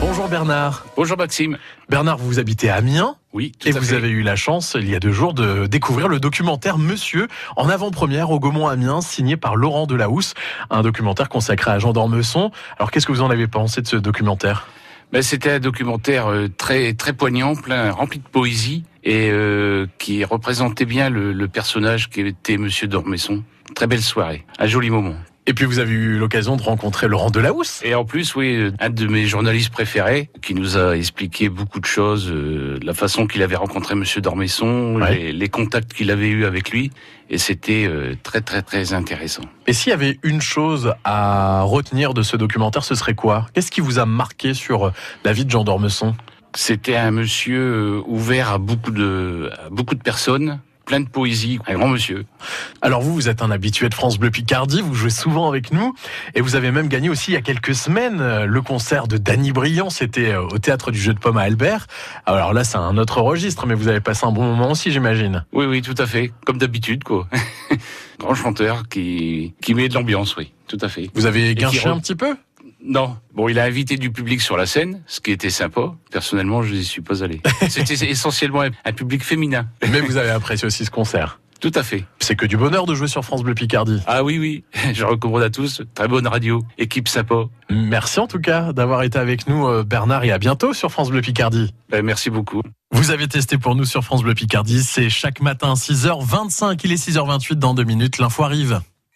Bonjour Bernard. Bonjour Maxime. Bernard, vous habitez à Amiens Oui, tout et à vous fait. avez eu la chance, il y a deux jours, de découvrir le documentaire Monsieur en avant-première au Gaumont-Amiens, signé par Laurent Delahousse, un documentaire consacré à Jean d'Ormesson. Alors qu'est-ce que vous en avez pensé de ce documentaire Ben, c'était un documentaire euh, très très poignant, plein rempli de poésie et euh, qui représentait bien le, le personnage qui était Monsieur d'Ormesson. Très belle soirée, un joli moment. Et puis vous avez eu l'occasion de rencontrer Laurent Delahousse. Et en plus, oui, euh, un de mes journalistes préférés qui nous a expliqué beaucoup de choses, euh, la façon qu'il avait rencontré Monsieur d'Ormesson, Ouais. les, les contacts qu'il avait eus avec lui, et c'était euh, très très très intéressant. Et s'il y avait une chose à retenir de ce documentaire, ce serait quoi Qu'est-ce qui vous a marqué sur la vie de Jean d'Ormesson C'était un monsieur euh, ouvert à beaucoup de à beaucoup de personnes, plein de poésie, un grand monsieur. Alors vous, vous êtes un habitué de France Bleu Picardie, vous jouez souvent avec nous et vous avez même gagné aussi il y a quelques semaines euh, le concert de Danny Briand, c'était euh, au théâtre du Jeu de Pommes à Albert. Alors là, c'est un autre registre, mais vous avez passé un bon moment aussi, j'imagine. Oui, oui, tout à fait. Comme d'habitude, quoi. Grand chanteur qui, qui met de l'ambiance, oui. Tout à fait. Vous avez guinché qui re- un petit peu Non. Bon, il a invité du public sur la scène, ce qui était sympa. Personnellement, je n'y suis pas allé. C'était essentiellement un- un public féminin. Mais vous avez apprécié aussi ce concert. Tout à fait. C'est que du bonheur de jouer sur France Bleu Picardie. Ah oui, oui. Je recommande à tous. Très bonne radio. Équipe sympa. Merci en tout cas d'avoir été avec nous, euh, Bernard, et à bientôt sur France Bleu Picardie. Ben, merci beaucoup. Vous avez testé pour nous sur France Bleu Picardie, c'est chaque matin 6h25, il est 6h28 dans deux minutes, l'info arrive.